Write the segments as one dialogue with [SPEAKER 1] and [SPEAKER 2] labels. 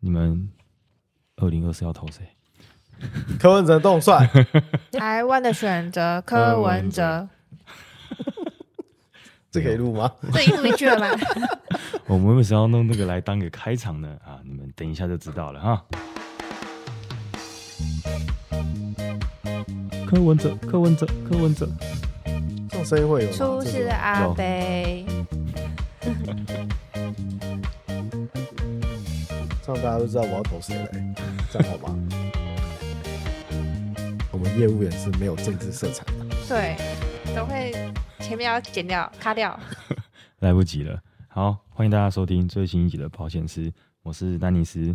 [SPEAKER 1] 你们二零二四要投谁？
[SPEAKER 2] 柯文哲动算，
[SPEAKER 3] 台湾的选择，柯文哲，
[SPEAKER 2] 这可以录吗？
[SPEAKER 3] 这一字一句了 吧？
[SPEAKER 1] 我们为什么要弄这个来当个开场呢？啊，你们等一下就知道了哈。柯文哲，柯文哲，柯文哲，
[SPEAKER 2] 这种声音会有吗
[SPEAKER 3] 出
[SPEAKER 2] 这
[SPEAKER 3] 是
[SPEAKER 2] 种
[SPEAKER 3] 阿飞，
[SPEAKER 2] 这样大家都知道我要投谁了、欸，这样好吗？我们业务员是没有政治色彩的，
[SPEAKER 3] 对，都会前面要剪掉、卡掉。
[SPEAKER 1] 来不及了。好，欢迎大家收听最新一集的保险师，我是丹尼斯。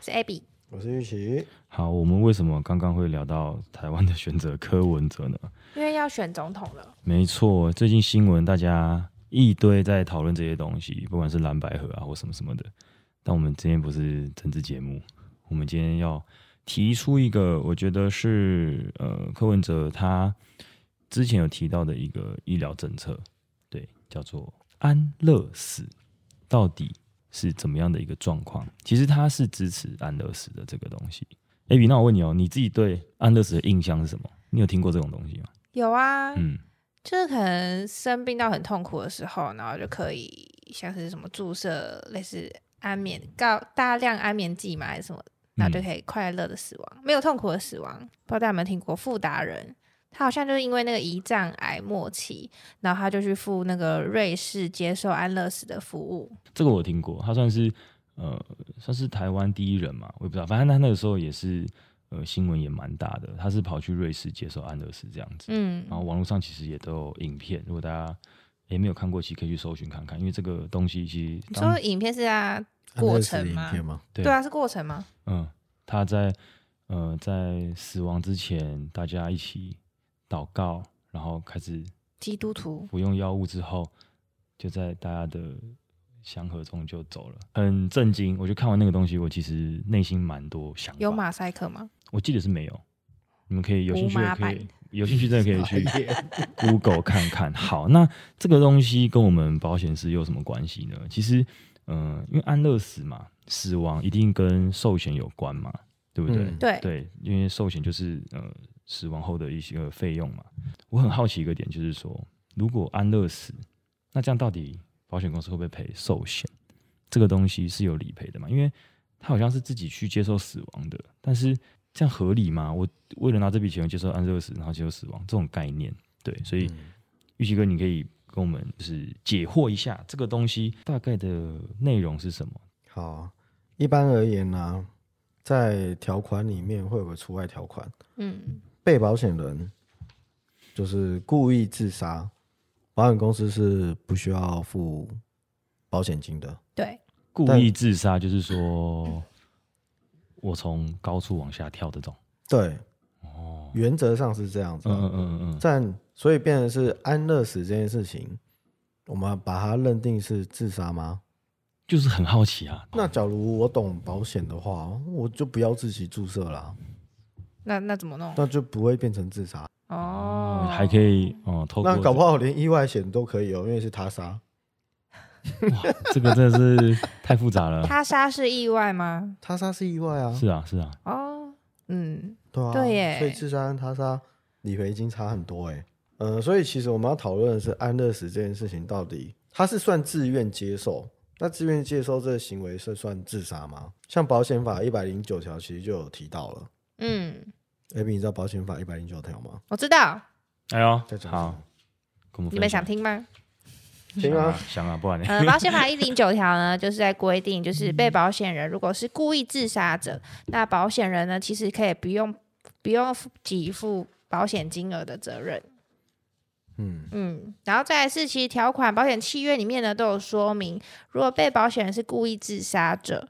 [SPEAKER 3] 是 Abby，
[SPEAKER 2] 我是玉琪，
[SPEAKER 1] 好，我们为什么刚刚会聊到台湾的选择柯文哲呢？
[SPEAKER 3] 因为要选总统了，
[SPEAKER 1] 没错，最近新闻大家一堆在讨论这些东西，不管是蓝白河啊或什么什么的。但我们今天不是政治节目，我们今天要提出一个，我觉得是呃柯文哲他之前有提到的一个医疗政策，对，叫做安乐死，到底是怎么样的一个状况？其实他是支持安乐死的这个东西。a b 那我问你哦，你自己对安乐死的印象是什么？你有听过这种东西吗？
[SPEAKER 3] 有啊，
[SPEAKER 1] 嗯。
[SPEAKER 3] 就是可能生病到很痛苦的时候，然后就可以像是什么注射类似安眠告大量安眠剂嘛，还是什么，然
[SPEAKER 1] 嗯
[SPEAKER 3] 后就可以快乐的死亡，没有痛苦的死亡。不知道大家有没有听过富达人？他好像就是因为那个胰脏癌末期，然后他就去赴那个瑞士接受安乐死的服务。
[SPEAKER 1] 这个我听过，他算是呃算是台湾第一人嘛，我也不知道，反正他那个时候也是呃新闻也蛮大的，他是跑去瑞士接受安乐死这样子，
[SPEAKER 3] 嗯，
[SPEAKER 1] 然后网络上其实也都有影片，如果大家也没有看过，其实可以去搜寻看看，因为这个东西其实
[SPEAKER 3] 你
[SPEAKER 1] 当
[SPEAKER 3] 说影片是啊，过
[SPEAKER 2] 安乐死的
[SPEAKER 3] 程
[SPEAKER 2] 影
[SPEAKER 3] 吗？
[SPEAKER 2] 片吗？
[SPEAKER 1] 对
[SPEAKER 3] 对啊，是过程吗？
[SPEAKER 1] 嗯他在呃在死亡之前，大家一起祷告，然后开始
[SPEAKER 3] 基督徒
[SPEAKER 1] 服用药物之后，就在大家的祥和中就走了，很震惊。我就看完那个东西，我其实内心蛮多想法。
[SPEAKER 3] 有马赛克吗？
[SPEAKER 1] 我记得是没有，你们可以有兴趣
[SPEAKER 3] 无
[SPEAKER 1] 的
[SPEAKER 3] 麻
[SPEAKER 1] 可以
[SPEAKER 3] 版
[SPEAKER 1] 有兴趣真的可以去
[SPEAKER 2] 哎呀
[SPEAKER 1] Google 看看。好，那这个东西跟我们保险师有什么关系呢？其实，嗯、因为安乐死嘛，死亡一定跟寿险有关嘛，对不对？
[SPEAKER 2] 嗯
[SPEAKER 3] 对，
[SPEAKER 1] 对，因为寿险就是呃死亡后的一些呃费用嘛。我很好奇一个点，就是说，如果安乐死，那这样到底保险公司会不会赔寿险？这个东西是有理赔的嘛？因为他好像是自己去接受死亡的，但是这样合理吗？我为了拿这笔钱我接受安乐死，然后接受死亡这种概念，对，所以
[SPEAKER 2] 嗯
[SPEAKER 1] 玉琪哥，你可以跟我们就是解惑一下这个东西大概的内容是什么？
[SPEAKER 2] 好，一般而言呢、在条款里面会有个除外条款，
[SPEAKER 3] 嗯，
[SPEAKER 2] 被保险人就是故意自杀，保险公司是不需要付保险金的。
[SPEAKER 3] 对，
[SPEAKER 1] 故
[SPEAKER 2] 但
[SPEAKER 1] 意自杀就是说，我从高处往下跳这种。
[SPEAKER 2] 对，
[SPEAKER 1] 哦，
[SPEAKER 2] 原则上是这样子啊、
[SPEAKER 1] 嗯嗯嗯嗯嗯，
[SPEAKER 2] 但所以变成是安乐死这件事情，我们把它认定是自杀吗？
[SPEAKER 1] 就是很好奇啊。
[SPEAKER 2] 那假如我懂保险的话，我就不要自己注射啦，
[SPEAKER 3] 那那怎么弄？
[SPEAKER 2] 那就不会变成自杀。
[SPEAKER 3] 哦，
[SPEAKER 1] 还可以哦，透过
[SPEAKER 2] 那搞不好连意外险都可以哦，因为是他杀，
[SPEAKER 1] 这个真的是太复杂 了。
[SPEAKER 3] 他杀是意外吗？
[SPEAKER 2] 他杀是意外啊，
[SPEAKER 1] 是啊，是啊，
[SPEAKER 3] 哦，嗯，
[SPEAKER 2] 对啊，
[SPEAKER 3] 对耶
[SPEAKER 2] 所以自杀跟他杀理赔金差很多哎。呃，所以其实我们要讨论的是安乐死这件事情到底它是算自愿接受，那自愿接受这个行为是算自杀吗？像保险法一百零九条其实就有提到了。
[SPEAKER 3] 嗯，
[SPEAKER 2] A B，你知道保险法一百零九条吗？
[SPEAKER 3] 我知道，
[SPEAKER 1] 哎呦
[SPEAKER 2] 在，讲什
[SPEAKER 1] 好
[SPEAKER 2] 么，
[SPEAKER 1] 跟我们
[SPEAKER 3] 你们
[SPEAKER 1] 分享
[SPEAKER 3] 想听吗？
[SPEAKER 2] 行啊，
[SPEAKER 1] 想啊，不然呢？
[SPEAKER 3] 呃，保险法一零九条呢， 就是在规定，就是被保险人如果是故意自杀者，那保险人呢，其实可以不用不用负给付保险金额的责任。
[SPEAKER 2] 嗯，
[SPEAKER 3] 嗯，然后再来是，其实条款保险契约里面呢都有说明，如果被保险人是故意自杀者，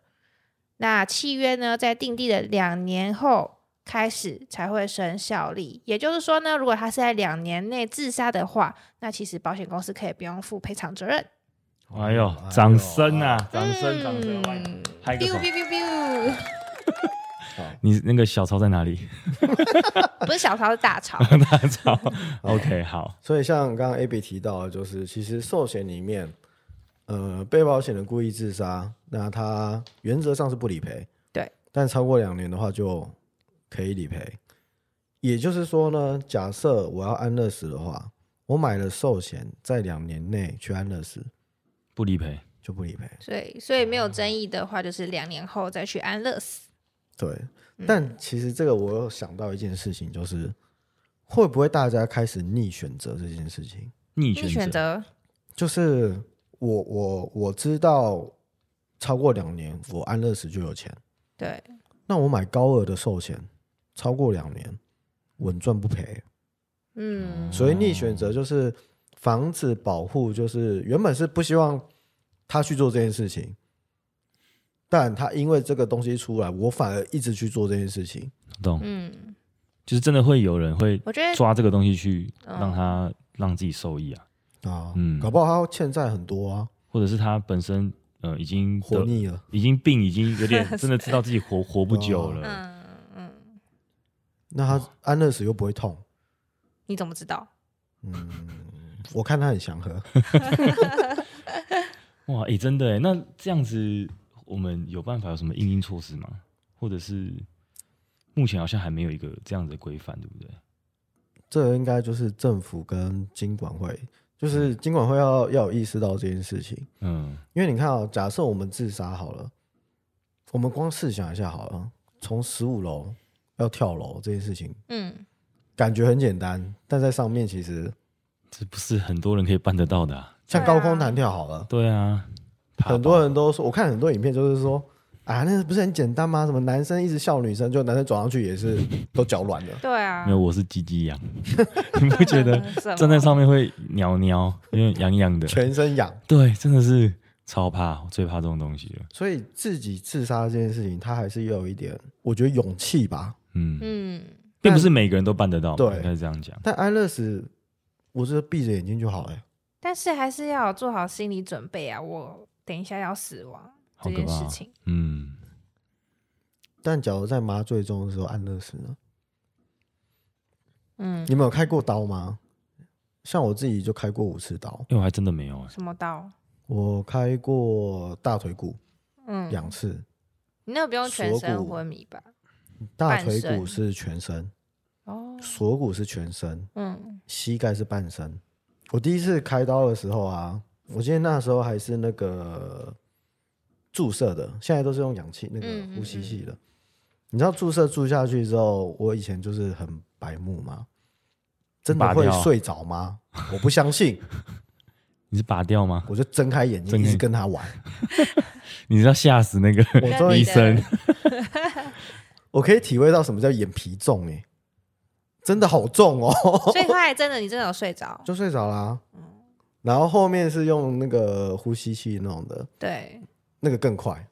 [SPEAKER 3] 那契约呢在订立的两年后开始才会生效力。也就是说呢，如果他是在两年内自杀的话，那其实保险公司可以不用负赔偿责任。
[SPEAKER 1] 哎呦，掌声啊，！掌声，掌声！欢迎
[SPEAKER 3] 嗯
[SPEAKER 1] 拍个
[SPEAKER 3] ，biu
[SPEAKER 1] 手
[SPEAKER 3] biu biu biu，
[SPEAKER 1] 你那个小曹在哪里？
[SPEAKER 3] 不是小吵是大吵。
[SPEAKER 1] 大曹，OK，好，
[SPEAKER 2] 所以像刚刚 A B 提到的，就是其实寿险里面呃，被保险人故意自杀，那他原则上是不理赔，
[SPEAKER 3] 对，
[SPEAKER 2] 但超过两年的话就可以理赔。也就是说呢，假设我要安乐死的话，我买了寿险，在两年内去安乐死
[SPEAKER 1] 不理赔。
[SPEAKER 2] 就不理赔。
[SPEAKER 3] 所以所以没有争议的话，就是两年后再去安乐死。
[SPEAKER 2] 对，但其实这个我有想到一件事情，就是会不会大家开始逆选择这件事情？
[SPEAKER 1] 逆
[SPEAKER 3] 你选
[SPEAKER 1] 选择，
[SPEAKER 3] 择
[SPEAKER 2] 就是我我我知道超过两年我安乐死就有钱，
[SPEAKER 3] 对，
[SPEAKER 2] 那我买高额的寿险，超过两年稳赚不赔。
[SPEAKER 1] 哦
[SPEAKER 3] 嗯，
[SPEAKER 2] 所以逆选择就是防止保护，就是原本是不希望他去做这件事情，但他因为这个东西出来，我反而一直去做这件事情。
[SPEAKER 1] 懂？
[SPEAKER 3] 嗯，
[SPEAKER 1] 就是真的会有人会
[SPEAKER 3] 我觉得
[SPEAKER 1] 抓这个东西去
[SPEAKER 3] 嗯
[SPEAKER 1] 让他让自己受益啊，
[SPEAKER 2] 啊，
[SPEAKER 1] 嗯
[SPEAKER 2] 搞不好他欠债很多啊，
[SPEAKER 1] 或者是他本身呃已经
[SPEAKER 2] 活
[SPEAKER 1] 得
[SPEAKER 2] 腻了。
[SPEAKER 1] 已经病已经有点 真的知道自己活活不久了，
[SPEAKER 3] 嗯嗯，
[SPEAKER 2] 那他安乐死又不会痛，
[SPEAKER 3] 你怎么知道？
[SPEAKER 2] 我看他很祥和。
[SPEAKER 3] 嗯
[SPEAKER 1] 哇，哎、真的哎，那这样子我们有办法有什么应应措施吗？或者是目前好像还没有一个这样子的规范，对不对？
[SPEAKER 2] 这应该就是政府跟经管会，就是经管会要要有意识到这件事情，
[SPEAKER 1] 嗯，
[SPEAKER 2] 因为你看啊、假设我们自杀好了，我们光试想一下好了，从十五楼要跳楼这件事情，
[SPEAKER 3] 嗯，
[SPEAKER 2] 感觉很简单，但在上面其实
[SPEAKER 1] 这不是很多人可以办得到的、啊。
[SPEAKER 2] 像
[SPEAKER 3] 对啊
[SPEAKER 2] 高空弹跳好了，
[SPEAKER 1] 对啊，爬
[SPEAKER 2] 很多人都说，我看很多影片就是说。啊，那不是很简单吗？什么男生一直笑女生，就男生走上去也是都脚软的。
[SPEAKER 3] 对啊，
[SPEAKER 1] 没有，我是鸡鸡痒， 你不觉得
[SPEAKER 3] 什么
[SPEAKER 1] 站在上面会尿尿，因为痒痒的？
[SPEAKER 2] 全身痒。
[SPEAKER 1] 对，真的是超怕，我最怕这种东西了。
[SPEAKER 2] 所以自己自杀这件事情，他还是要有一点，我觉得勇气吧。
[SPEAKER 1] 嗯，
[SPEAKER 3] 嗯，
[SPEAKER 1] 并不是每个人都办得到嘛，
[SPEAKER 2] 对
[SPEAKER 1] 应该是这样讲。
[SPEAKER 2] 但安乐死，我是闭着眼睛就好了、欸
[SPEAKER 3] 但是还是要有做好心理准备啊，我等一下要死亡
[SPEAKER 1] 好
[SPEAKER 3] 这
[SPEAKER 1] 可
[SPEAKER 3] 件
[SPEAKER 1] 怕啊
[SPEAKER 3] 事情，
[SPEAKER 1] 嗯，
[SPEAKER 2] 但假如在麻醉中的时候安乐死呢？
[SPEAKER 3] 嗯，
[SPEAKER 2] 你们有开过刀吗？像我自己就开过五次刀，
[SPEAKER 1] 因为我还真的没有哎、
[SPEAKER 3] 什么刀？
[SPEAKER 2] 我开过大腿骨
[SPEAKER 3] 嗯，
[SPEAKER 2] 两次，
[SPEAKER 3] 你那个不用全
[SPEAKER 2] 锁
[SPEAKER 3] 身
[SPEAKER 2] 骨
[SPEAKER 3] 昏迷吧？
[SPEAKER 2] 大腿骨
[SPEAKER 3] 半身
[SPEAKER 2] 是全身，
[SPEAKER 3] 哦，
[SPEAKER 2] 锁骨是全身，
[SPEAKER 3] 嗯
[SPEAKER 2] 膝盖是半身。我第一次开刀的时候啊，我记得那时候还是那个注射的，现在都是用氧气那个
[SPEAKER 3] 嗯嗯
[SPEAKER 2] 呼吸器的。你知道注射注下去之后，我以前就是很白目嘛，真的
[SPEAKER 1] 拔
[SPEAKER 2] 会
[SPEAKER 1] 掉啊
[SPEAKER 2] 睡着吗？我不相信，
[SPEAKER 1] 你是拔掉吗？
[SPEAKER 2] 我就睁开眼睛
[SPEAKER 1] 睁
[SPEAKER 2] 一
[SPEAKER 1] 开
[SPEAKER 2] 直跟他玩。
[SPEAKER 1] 你是要吓死那个
[SPEAKER 2] 我终
[SPEAKER 1] 医
[SPEAKER 2] 于，
[SPEAKER 1] 生？
[SPEAKER 2] 我可以体会到什么叫眼皮重哎、真的好重哦、
[SPEAKER 3] 所以后来真的你真的有睡 着？
[SPEAKER 2] 就睡着啦、
[SPEAKER 3] 嗯
[SPEAKER 2] 然后后面是用那个呼吸器弄的，
[SPEAKER 3] 对，
[SPEAKER 2] 那个更快，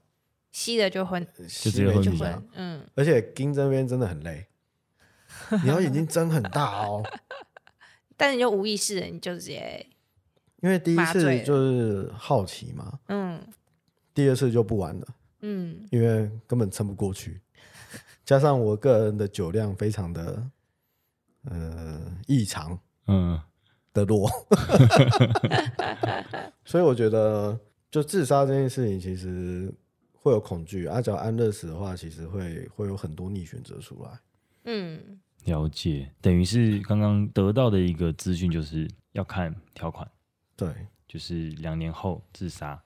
[SPEAKER 3] 吸了就昏，
[SPEAKER 1] 直
[SPEAKER 2] 就
[SPEAKER 1] 接昏
[SPEAKER 3] 就
[SPEAKER 1] 迷
[SPEAKER 3] 昏，嗯，
[SPEAKER 2] 而且盯这边真的很累，你要眼睛睁很大哦。
[SPEAKER 3] 但你就无意识了，你就直接，
[SPEAKER 2] 因为第一
[SPEAKER 3] 麻醉
[SPEAKER 2] 次
[SPEAKER 3] 了
[SPEAKER 2] 就是好奇嘛，
[SPEAKER 3] 嗯
[SPEAKER 2] 第二次就不玩了，
[SPEAKER 3] 嗯，
[SPEAKER 2] 因为根本撑不过去。加上我个人的酒量非常的呃异常
[SPEAKER 1] 嗯，
[SPEAKER 2] 的弱， 所以我觉得就自杀这件事情其实会有恐惧，啊，只要安乐死的话，其实会会有很多逆选择出来。
[SPEAKER 3] 嗯，
[SPEAKER 1] 了解。等于是刚刚得到的一个资讯，就是要看条款，
[SPEAKER 2] 对，
[SPEAKER 1] 就是两年后自杀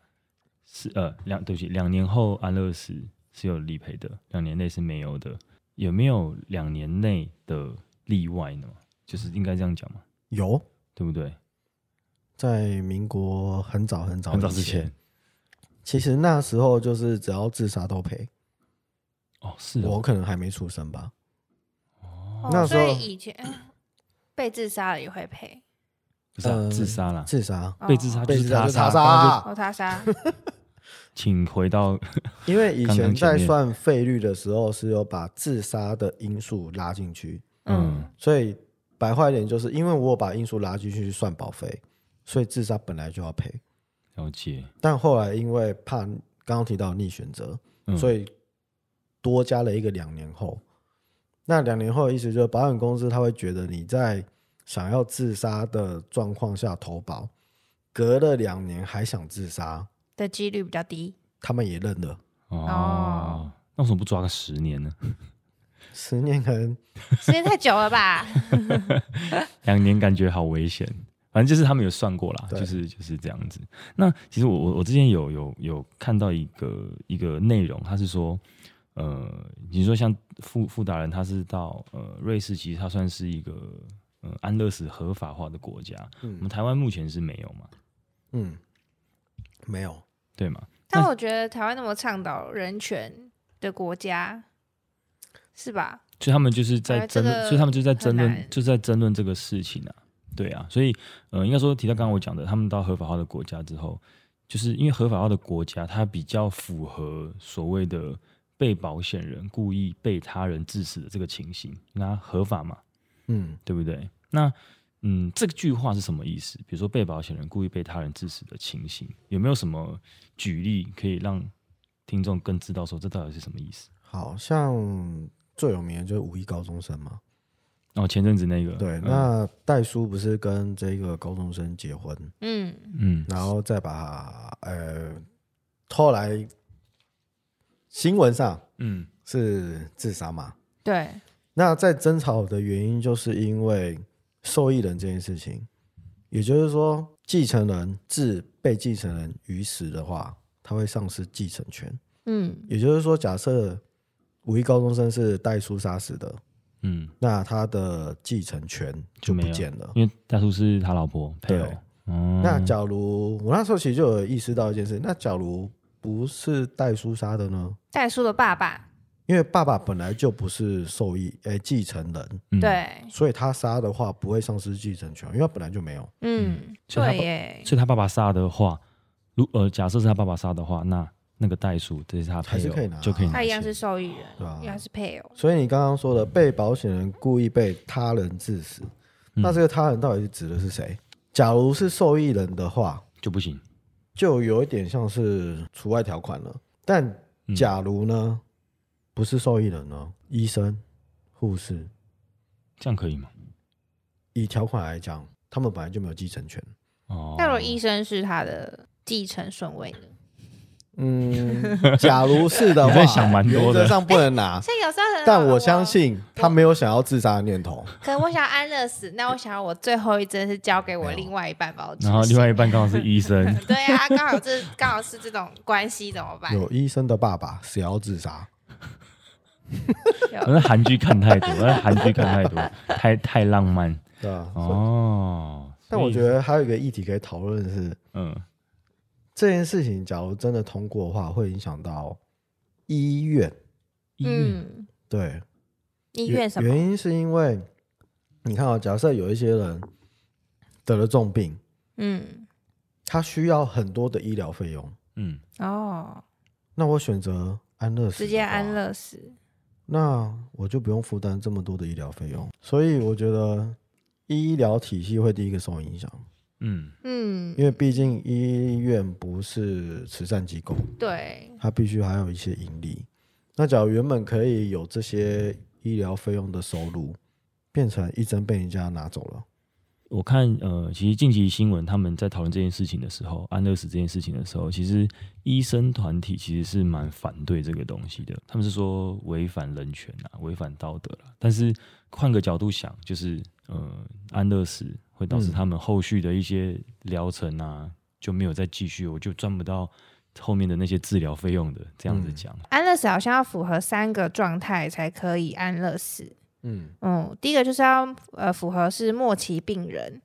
[SPEAKER 1] 是呃两对不起，两年后安乐死是有理赔的，两年内是没有的。有没有两年内的例外呢？就是应该这样讲嘛，
[SPEAKER 2] 有
[SPEAKER 1] 对不对？
[SPEAKER 2] 在民国很早很早
[SPEAKER 1] 很早
[SPEAKER 2] 以
[SPEAKER 1] 之前
[SPEAKER 2] 其实那时候就是只要自杀都赔，
[SPEAKER 1] 哦，是哦
[SPEAKER 2] 我可能还没出生吧。
[SPEAKER 3] 哦
[SPEAKER 2] 那时
[SPEAKER 3] 所
[SPEAKER 2] 候
[SPEAKER 3] 以以前 被自杀了也会赔，
[SPEAKER 1] 不是啊、
[SPEAKER 2] 呃
[SPEAKER 1] 自杀啦，
[SPEAKER 2] 自杀，
[SPEAKER 3] 哦
[SPEAKER 1] 被自杀就
[SPEAKER 2] 被
[SPEAKER 1] 是
[SPEAKER 2] 自杀
[SPEAKER 1] 他
[SPEAKER 2] 就他
[SPEAKER 1] 杀，刚
[SPEAKER 2] 杀
[SPEAKER 1] 刚
[SPEAKER 2] 啊，
[SPEAKER 3] 哦，他杀，
[SPEAKER 1] 就请回到
[SPEAKER 2] 因为以
[SPEAKER 1] 刚刚
[SPEAKER 2] 前
[SPEAKER 1] 前
[SPEAKER 2] 在
[SPEAKER 1] 面
[SPEAKER 2] 算费率的时候是有把自杀的因素拉进去，
[SPEAKER 1] 嗯
[SPEAKER 3] 嗯
[SPEAKER 2] 所以白话一点就是因为我有把因素拉进去去算保费，所以自杀本来就要赔，
[SPEAKER 1] 了解，
[SPEAKER 2] 但后来因为怕刚刚提到逆选择，
[SPEAKER 1] 嗯
[SPEAKER 2] 所以多加了一个两年后。那两年后的意思就是，保险公司他会觉得你在想要自杀的状况下投保，隔了两年还想自杀，
[SPEAKER 3] 的几率比较低。
[SPEAKER 2] 他们也认了。
[SPEAKER 1] 哦
[SPEAKER 3] 哦，
[SPEAKER 1] 那为什么不抓个十年呢？
[SPEAKER 2] 十年可能
[SPEAKER 3] 时间太久了 吧？
[SPEAKER 1] 两年感觉好危险。反正就是他们有算过啦，
[SPEAKER 2] 对
[SPEAKER 1] 就是就是这样子。那其实我我我之前有有有看到一个一个内容，他是说，呃，你说像富富达人，他是到呃瑞士，其实他算是一个呃安乐死合法化的国家。
[SPEAKER 2] 嗯
[SPEAKER 1] 我们台湾目前是没有嘛，
[SPEAKER 2] 嗯没有，
[SPEAKER 1] 对吗？
[SPEAKER 3] 但我觉得台湾那么倡导人权的国家，是吧？
[SPEAKER 1] 所以他们就是
[SPEAKER 3] 哎
[SPEAKER 1] 在
[SPEAKER 3] 这
[SPEAKER 1] 争论，
[SPEAKER 3] 个
[SPEAKER 1] 所以他们就在争
[SPEAKER 3] 很
[SPEAKER 1] 论，
[SPEAKER 3] 难
[SPEAKER 1] 就在争论这个事情啊，对啊，所以呃，应该说提到刚刚我讲的，他们到合法化的国家之后，就是因为合法化的国家，它比较符合所谓的被保险人故意被他人致死的这个情形，那合法嘛，
[SPEAKER 2] 嗯
[SPEAKER 1] 对不对？那嗯，这句话是什么意思？比如说被保险人故意被他人致死的情形，有没有什么举例可以让听众更知道说这到底是什么意思？
[SPEAKER 2] 好像最有名的就是五一高中生嘛。
[SPEAKER 1] 哦，前阵子那个，
[SPEAKER 2] 对，
[SPEAKER 1] 嗯
[SPEAKER 2] 那戴叔不是跟这个高中生结婚，
[SPEAKER 3] 嗯，
[SPEAKER 1] 嗯
[SPEAKER 2] 然后再把呃，后来新闻上
[SPEAKER 1] 嗯。
[SPEAKER 2] 是自杀嘛？
[SPEAKER 3] 对，
[SPEAKER 2] 那在争吵的原因就是因为受益人这件事情，也就是说，继承人致被继承人于死的话，他会丧失继承权。
[SPEAKER 3] 嗯
[SPEAKER 2] 也就是说，假设五一高中生是戴叔杀死的，
[SPEAKER 1] 嗯，
[SPEAKER 2] 那他的继承权就不见了。
[SPEAKER 1] 因为大叔是他老婆配偶
[SPEAKER 2] 对。
[SPEAKER 1] 哦，
[SPEAKER 2] 那假如我那时候其实就有意识到一件事，那假如不是戴叔杀的呢？
[SPEAKER 3] 戴叔的爸爸，
[SPEAKER 2] 因为爸爸本来就不是受益诶继承人，
[SPEAKER 1] 嗯，
[SPEAKER 3] 对，
[SPEAKER 2] 所以他杀的话不会丧失继承权，因为他本来就没有。
[SPEAKER 3] 嗯，
[SPEAKER 1] 所以他
[SPEAKER 3] 对耶，
[SPEAKER 1] 所以他爸爸杀的话，如呃假设是他爸爸杀的话，那那个袋鼠这是他
[SPEAKER 2] 还
[SPEAKER 1] 配
[SPEAKER 2] 是
[SPEAKER 1] 偶
[SPEAKER 2] 可以拿
[SPEAKER 1] 就可以拿钱，
[SPEAKER 3] 他一样是受益人，
[SPEAKER 2] 对啊
[SPEAKER 3] 一样是配偶，
[SPEAKER 2] 所以你刚刚说的被保险人故意被他人致死，
[SPEAKER 1] 嗯
[SPEAKER 2] 那这个他人到底是指的是谁？假如是受益人的话，
[SPEAKER 1] 就不行。
[SPEAKER 2] 就有一点像是除外条款了。但
[SPEAKER 1] 嗯
[SPEAKER 2] 假如呢，不是受益人呢，医生、护士，
[SPEAKER 1] 这样可以吗？
[SPEAKER 2] 以条款来讲，他们本来就没有继承权。
[SPEAKER 1] 哦，
[SPEAKER 3] 那如果医生是他的继承顺位呢？
[SPEAKER 2] 嗯， 假如是的话，
[SPEAKER 1] 你在想蛮多的
[SPEAKER 2] 原则上不能 拿。
[SPEAKER 3] 所以有时候很好，
[SPEAKER 2] 但我相信他没有想要自杀的念头。
[SPEAKER 3] 可能我想要安乐死，那我想要我最后一针是交给我
[SPEAKER 2] 没有
[SPEAKER 3] 另外一半帮我执行。
[SPEAKER 1] 然后另外一半刚好是医
[SPEAKER 3] ，
[SPEAKER 1] 生
[SPEAKER 3] 对啊，刚好这刚好是这种关系怎么办？
[SPEAKER 2] 有医生的爸爸谁要自杀？
[SPEAKER 1] 可能韩剧看太多，那韩剧看太多，太太浪漫
[SPEAKER 2] 对啊。
[SPEAKER 1] 哦。
[SPEAKER 2] 但我觉
[SPEAKER 1] 得，
[SPEAKER 2] 得还有一个议题可以讨论的是，
[SPEAKER 1] 嗯，
[SPEAKER 2] 这件事情假如真的通过的话，会影响到医院。
[SPEAKER 1] 医院
[SPEAKER 3] 嗯，
[SPEAKER 2] 对，
[SPEAKER 3] 医院什
[SPEAKER 2] 原
[SPEAKER 3] 么？
[SPEAKER 2] 因是因为你看啊、假设有一些人得了重病，
[SPEAKER 3] 嗯，
[SPEAKER 2] 他需要很多的医疗费用，
[SPEAKER 1] 嗯，
[SPEAKER 3] 哦，
[SPEAKER 2] 那我选择安乐死，
[SPEAKER 3] 直接安，乐死。
[SPEAKER 2] 那我就不用负担这么多的医疗费用，所以我觉得医疗体系会第一个受影响，
[SPEAKER 1] 嗯
[SPEAKER 3] 嗯，
[SPEAKER 2] 因为毕竟医院不是慈善机构，
[SPEAKER 3] 对，
[SPEAKER 2] 它必须还有一些盈利。那假如原本可以有这些医疗费用的收入，变成一针被人家拿走了，
[SPEAKER 1] 我看呃，其实近期新闻他们在讨论这件事情的时候，安乐死这件事情的时候，其实医生团体其实是蛮反对这个东西的。他们是说违反人权啊，违反道德啦、但是换个角度想，就是呃，安乐死会导致
[SPEAKER 2] 嗯
[SPEAKER 1] 他们后续的一些疗程啊、就没有再继续，我就赚不到后面的那些治疗费用的。这样子
[SPEAKER 2] 嗯
[SPEAKER 1] 讲，
[SPEAKER 3] 安乐死好像要符合三个状态才可以安乐死。
[SPEAKER 2] 嗯。
[SPEAKER 3] 嗯，第一个就是要呃符合是末期病人，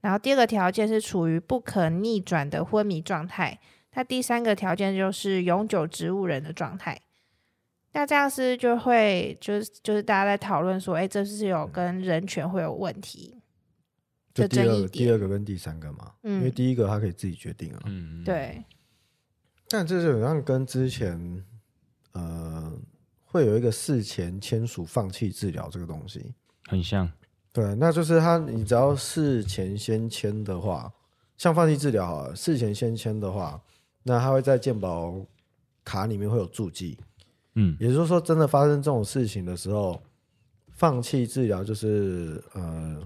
[SPEAKER 3] 然后第二个条件是处于不可逆转的昏迷状态，那第三个条件就是永久植物人的状态。那这样是就会就是就是大家在讨论说，哎、这是有跟人权会有问题
[SPEAKER 2] 嗯就
[SPEAKER 3] 的
[SPEAKER 2] 第
[SPEAKER 3] 争
[SPEAKER 2] 二
[SPEAKER 3] 议
[SPEAKER 2] 个、第
[SPEAKER 3] 点。
[SPEAKER 2] 二个跟第三个嘛，因为
[SPEAKER 3] 嗯
[SPEAKER 2] 第一个他可以自己决定啊。
[SPEAKER 1] 嗯，
[SPEAKER 3] 对，
[SPEAKER 2] 但这就很像跟之前，呃，会有一个事前签署放弃治疗这个东西。
[SPEAKER 1] 很像，
[SPEAKER 2] 对，那就是他，你只要事前先签的话，像放弃治疗好了，事前先签的话，那他会在健保卡里面会有注记，
[SPEAKER 1] 嗯
[SPEAKER 2] 也就是说，真的发生这种事情的时候，放弃治疗就是呃，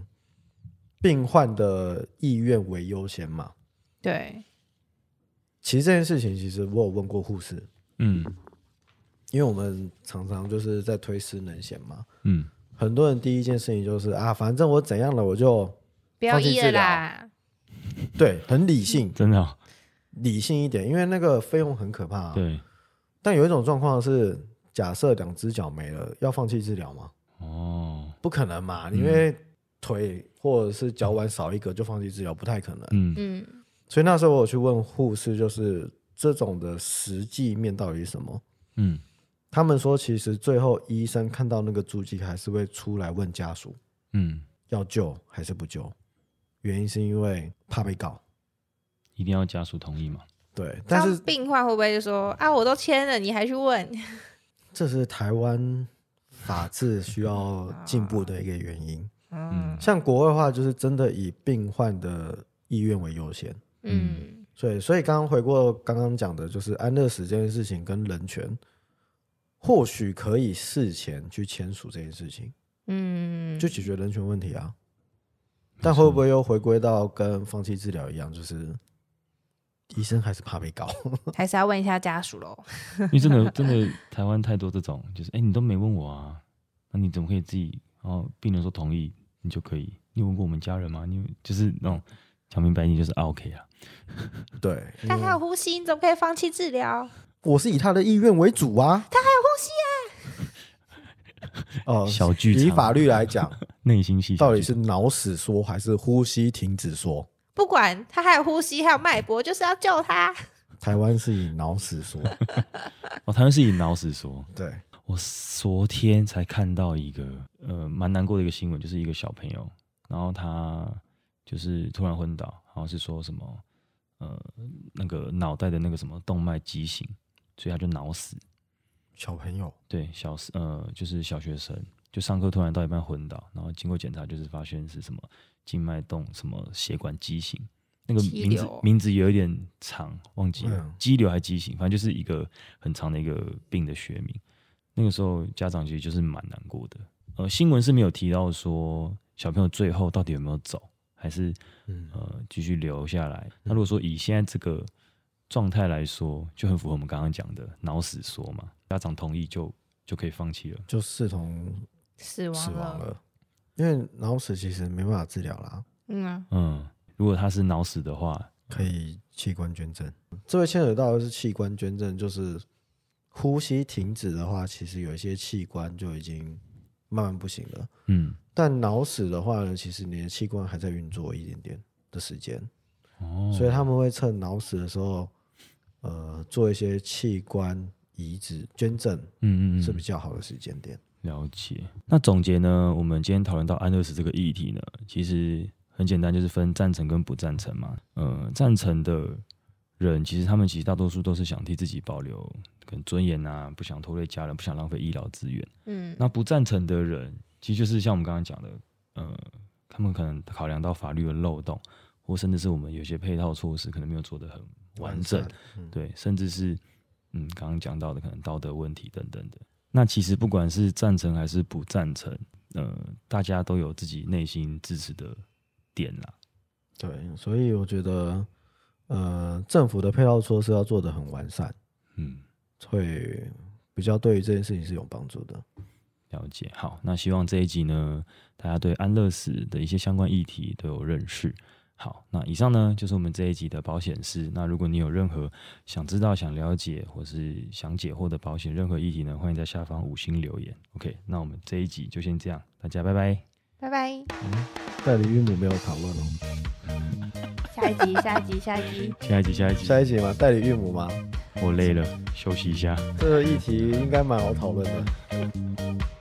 [SPEAKER 2] 病患的意愿为优先嘛。
[SPEAKER 3] 对，
[SPEAKER 2] 其实这件事情，其实我有问过护士，
[SPEAKER 1] 嗯
[SPEAKER 2] 因为我们常常就是在推失能险嘛，
[SPEAKER 1] 嗯
[SPEAKER 2] 很多人第一件事情就是啊，反正我怎样了，我就
[SPEAKER 3] 不要
[SPEAKER 2] 放弃
[SPEAKER 3] 医
[SPEAKER 2] 治
[SPEAKER 3] 了
[SPEAKER 2] 疗
[SPEAKER 3] 啦，
[SPEAKER 2] 对，很理性，
[SPEAKER 1] 真的哦、
[SPEAKER 2] 理性一点，因为那个费用很可怕、啊。
[SPEAKER 1] 对
[SPEAKER 2] 但有一种状况是，假设两只脚没了，要放弃治疗吗？
[SPEAKER 1] 哦，
[SPEAKER 2] 不可能嘛，因为腿或者是脚腕少一个就放弃治疗，不太可能。
[SPEAKER 1] 嗯
[SPEAKER 3] 嗯，
[SPEAKER 2] 所以那时候我有去问护士，就是这种的实际面到底是什么？
[SPEAKER 1] 嗯
[SPEAKER 2] 他们说，其实最后医生看到那个足迹，还是会出来问家属
[SPEAKER 1] 嗯，
[SPEAKER 2] 要救还是不救，原因是因为怕被告。
[SPEAKER 1] 一定要家属同意嘛？
[SPEAKER 2] 对，但
[SPEAKER 3] 当
[SPEAKER 2] 是
[SPEAKER 3] 病患会不会就说啊，我都签了，你还去问？
[SPEAKER 2] 这是台湾法治需要进步的一个原因。
[SPEAKER 3] 嗯
[SPEAKER 2] 像国外的话，就是真的以病患的意愿为优先。
[SPEAKER 3] 嗯
[SPEAKER 2] 所以，所以刚刚回过刚刚讲的，就是安乐死这件事情跟人权，或许可以事前去签署这件事情，
[SPEAKER 3] 嗯，
[SPEAKER 2] 就解决人权问题啊。但会不会又回归到跟放弃治疗一样，就是医生还是怕被 告？
[SPEAKER 3] 还是要问一下家属喽。
[SPEAKER 1] 因为真的真的台湾太多这种，就是哎、你都没问我啊，那你怎么可以自己？然后病人说同意，你就可以。你有问过我们家人吗？你有就是那种讲明白，你就是啊 OK 啊。
[SPEAKER 2] 对，因
[SPEAKER 3] 但
[SPEAKER 2] 为
[SPEAKER 3] 他有呼吸，你怎么可以放弃治疗？
[SPEAKER 2] 我是以他的意愿为主啊。他还有呼吸啊。哦、
[SPEAKER 1] 小剧场
[SPEAKER 2] 以法律来讲，
[SPEAKER 1] 内心戏
[SPEAKER 2] 到底是脑死说还是呼吸停止说？
[SPEAKER 3] 不管他还有呼吸，还有脉搏，就是要救他。
[SPEAKER 2] 台湾是以脑死说，
[SPEAKER 1] 哦，台湾是以脑死说。
[SPEAKER 2] 对，
[SPEAKER 1] 我昨天才看到一个呃蛮难过的一个新闻，就是一个小朋友，然后他就是突然昏倒，然后是说什么呃那个脑袋的那个什么动脉畸形，所以他就脑死。
[SPEAKER 2] 小朋友。
[SPEAKER 1] 对，小呃就是小学生，就上课突然到一半昏倒，然后经过检查就是发现是什么静脉动什么血管畸形，那个
[SPEAKER 3] 肌
[SPEAKER 1] 名字
[SPEAKER 3] 瘤
[SPEAKER 1] 名字有一点长，忘记了
[SPEAKER 2] 嗯，
[SPEAKER 1] 肌瘤还畸形，反正就是一个很长的一个病的学名。那个时候家长其实就是蛮难过的，呃，新闻是没有提到说小朋友最后到底有没有走，还是
[SPEAKER 2] 嗯
[SPEAKER 1] 呃继续留下来。那如果说以现在这个状态来说，就很符合我们刚刚讲的脑死说嘛，家长同意就就可以放弃了。
[SPEAKER 2] 就视同
[SPEAKER 3] 死
[SPEAKER 2] 死
[SPEAKER 3] 亡
[SPEAKER 2] 亡
[SPEAKER 3] 了，
[SPEAKER 2] 了，因为脑死其实没办法治疗啦，
[SPEAKER 3] 嗯啊，
[SPEAKER 1] 嗯，如果他是脑死的话，
[SPEAKER 2] 可以器官捐赠。这位牵扯到的是器官捐赠，就是呼吸停止的话，其实有一些器官就已经慢慢不行了。
[SPEAKER 1] 嗯，
[SPEAKER 2] 但脑死的话呢，其实你的器官还在运作一点点的时间，
[SPEAKER 1] 哦，
[SPEAKER 2] 所以他们会趁脑死的时候，呃，做一些器官移植捐赠
[SPEAKER 1] 嗯嗯嗯，
[SPEAKER 2] 是比较好的时间点。
[SPEAKER 1] 了解。那总结呢？我们今天讨论到安乐死这个议题呢，其实很简单，就是分赞成跟不赞成嘛。呃，赞成的人，其实他们其实大多数都是想替自己保留可能尊严啊，不想拖累家人，不想浪费医疗资源。
[SPEAKER 3] 嗯
[SPEAKER 1] 那不赞成的人，其实就是像我们刚刚讲的，呃，他们可能考量到法律的漏洞，或甚至是我们有些配套措施可能没有做得很完整，
[SPEAKER 2] 完善，嗯
[SPEAKER 1] 对，甚至是嗯刚刚讲到的可能道德问题等等的。那其实不管是赞成还是不赞成，呃，大家都有自己内心支持的点啦。
[SPEAKER 2] 对，所以我觉得，呃，政府的配套措施要做的很完善，
[SPEAKER 1] 嗯，
[SPEAKER 2] 会比较对于这件事情是有帮助的。
[SPEAKER 1] 了解。好，那希望这一集呢，大家对安乐死的一些相关议题都有认识。好，那以上呢就是我们这一集的保险师。那如果你有任何想知道、想了解或是想解惑的保险任何议题呢，欢迎在下方五星留言。OK，那我们这一集就先这样，大家拜拜。
[SPEAKER 3] 拜拜，
[SPEAKER 2] 代理孕母没有讨论哦，
[SPEAKER 3] 下一集，下一集，下一集，
[SPEAKER 1] 下一集，下一集，
[SPEAKER 2] 下一集嘛，代理孕母嘛，
[SPEAKER 1] 我累了，休息一下。
[SPEAKER 2] 这个议题应该蛮好讨论的。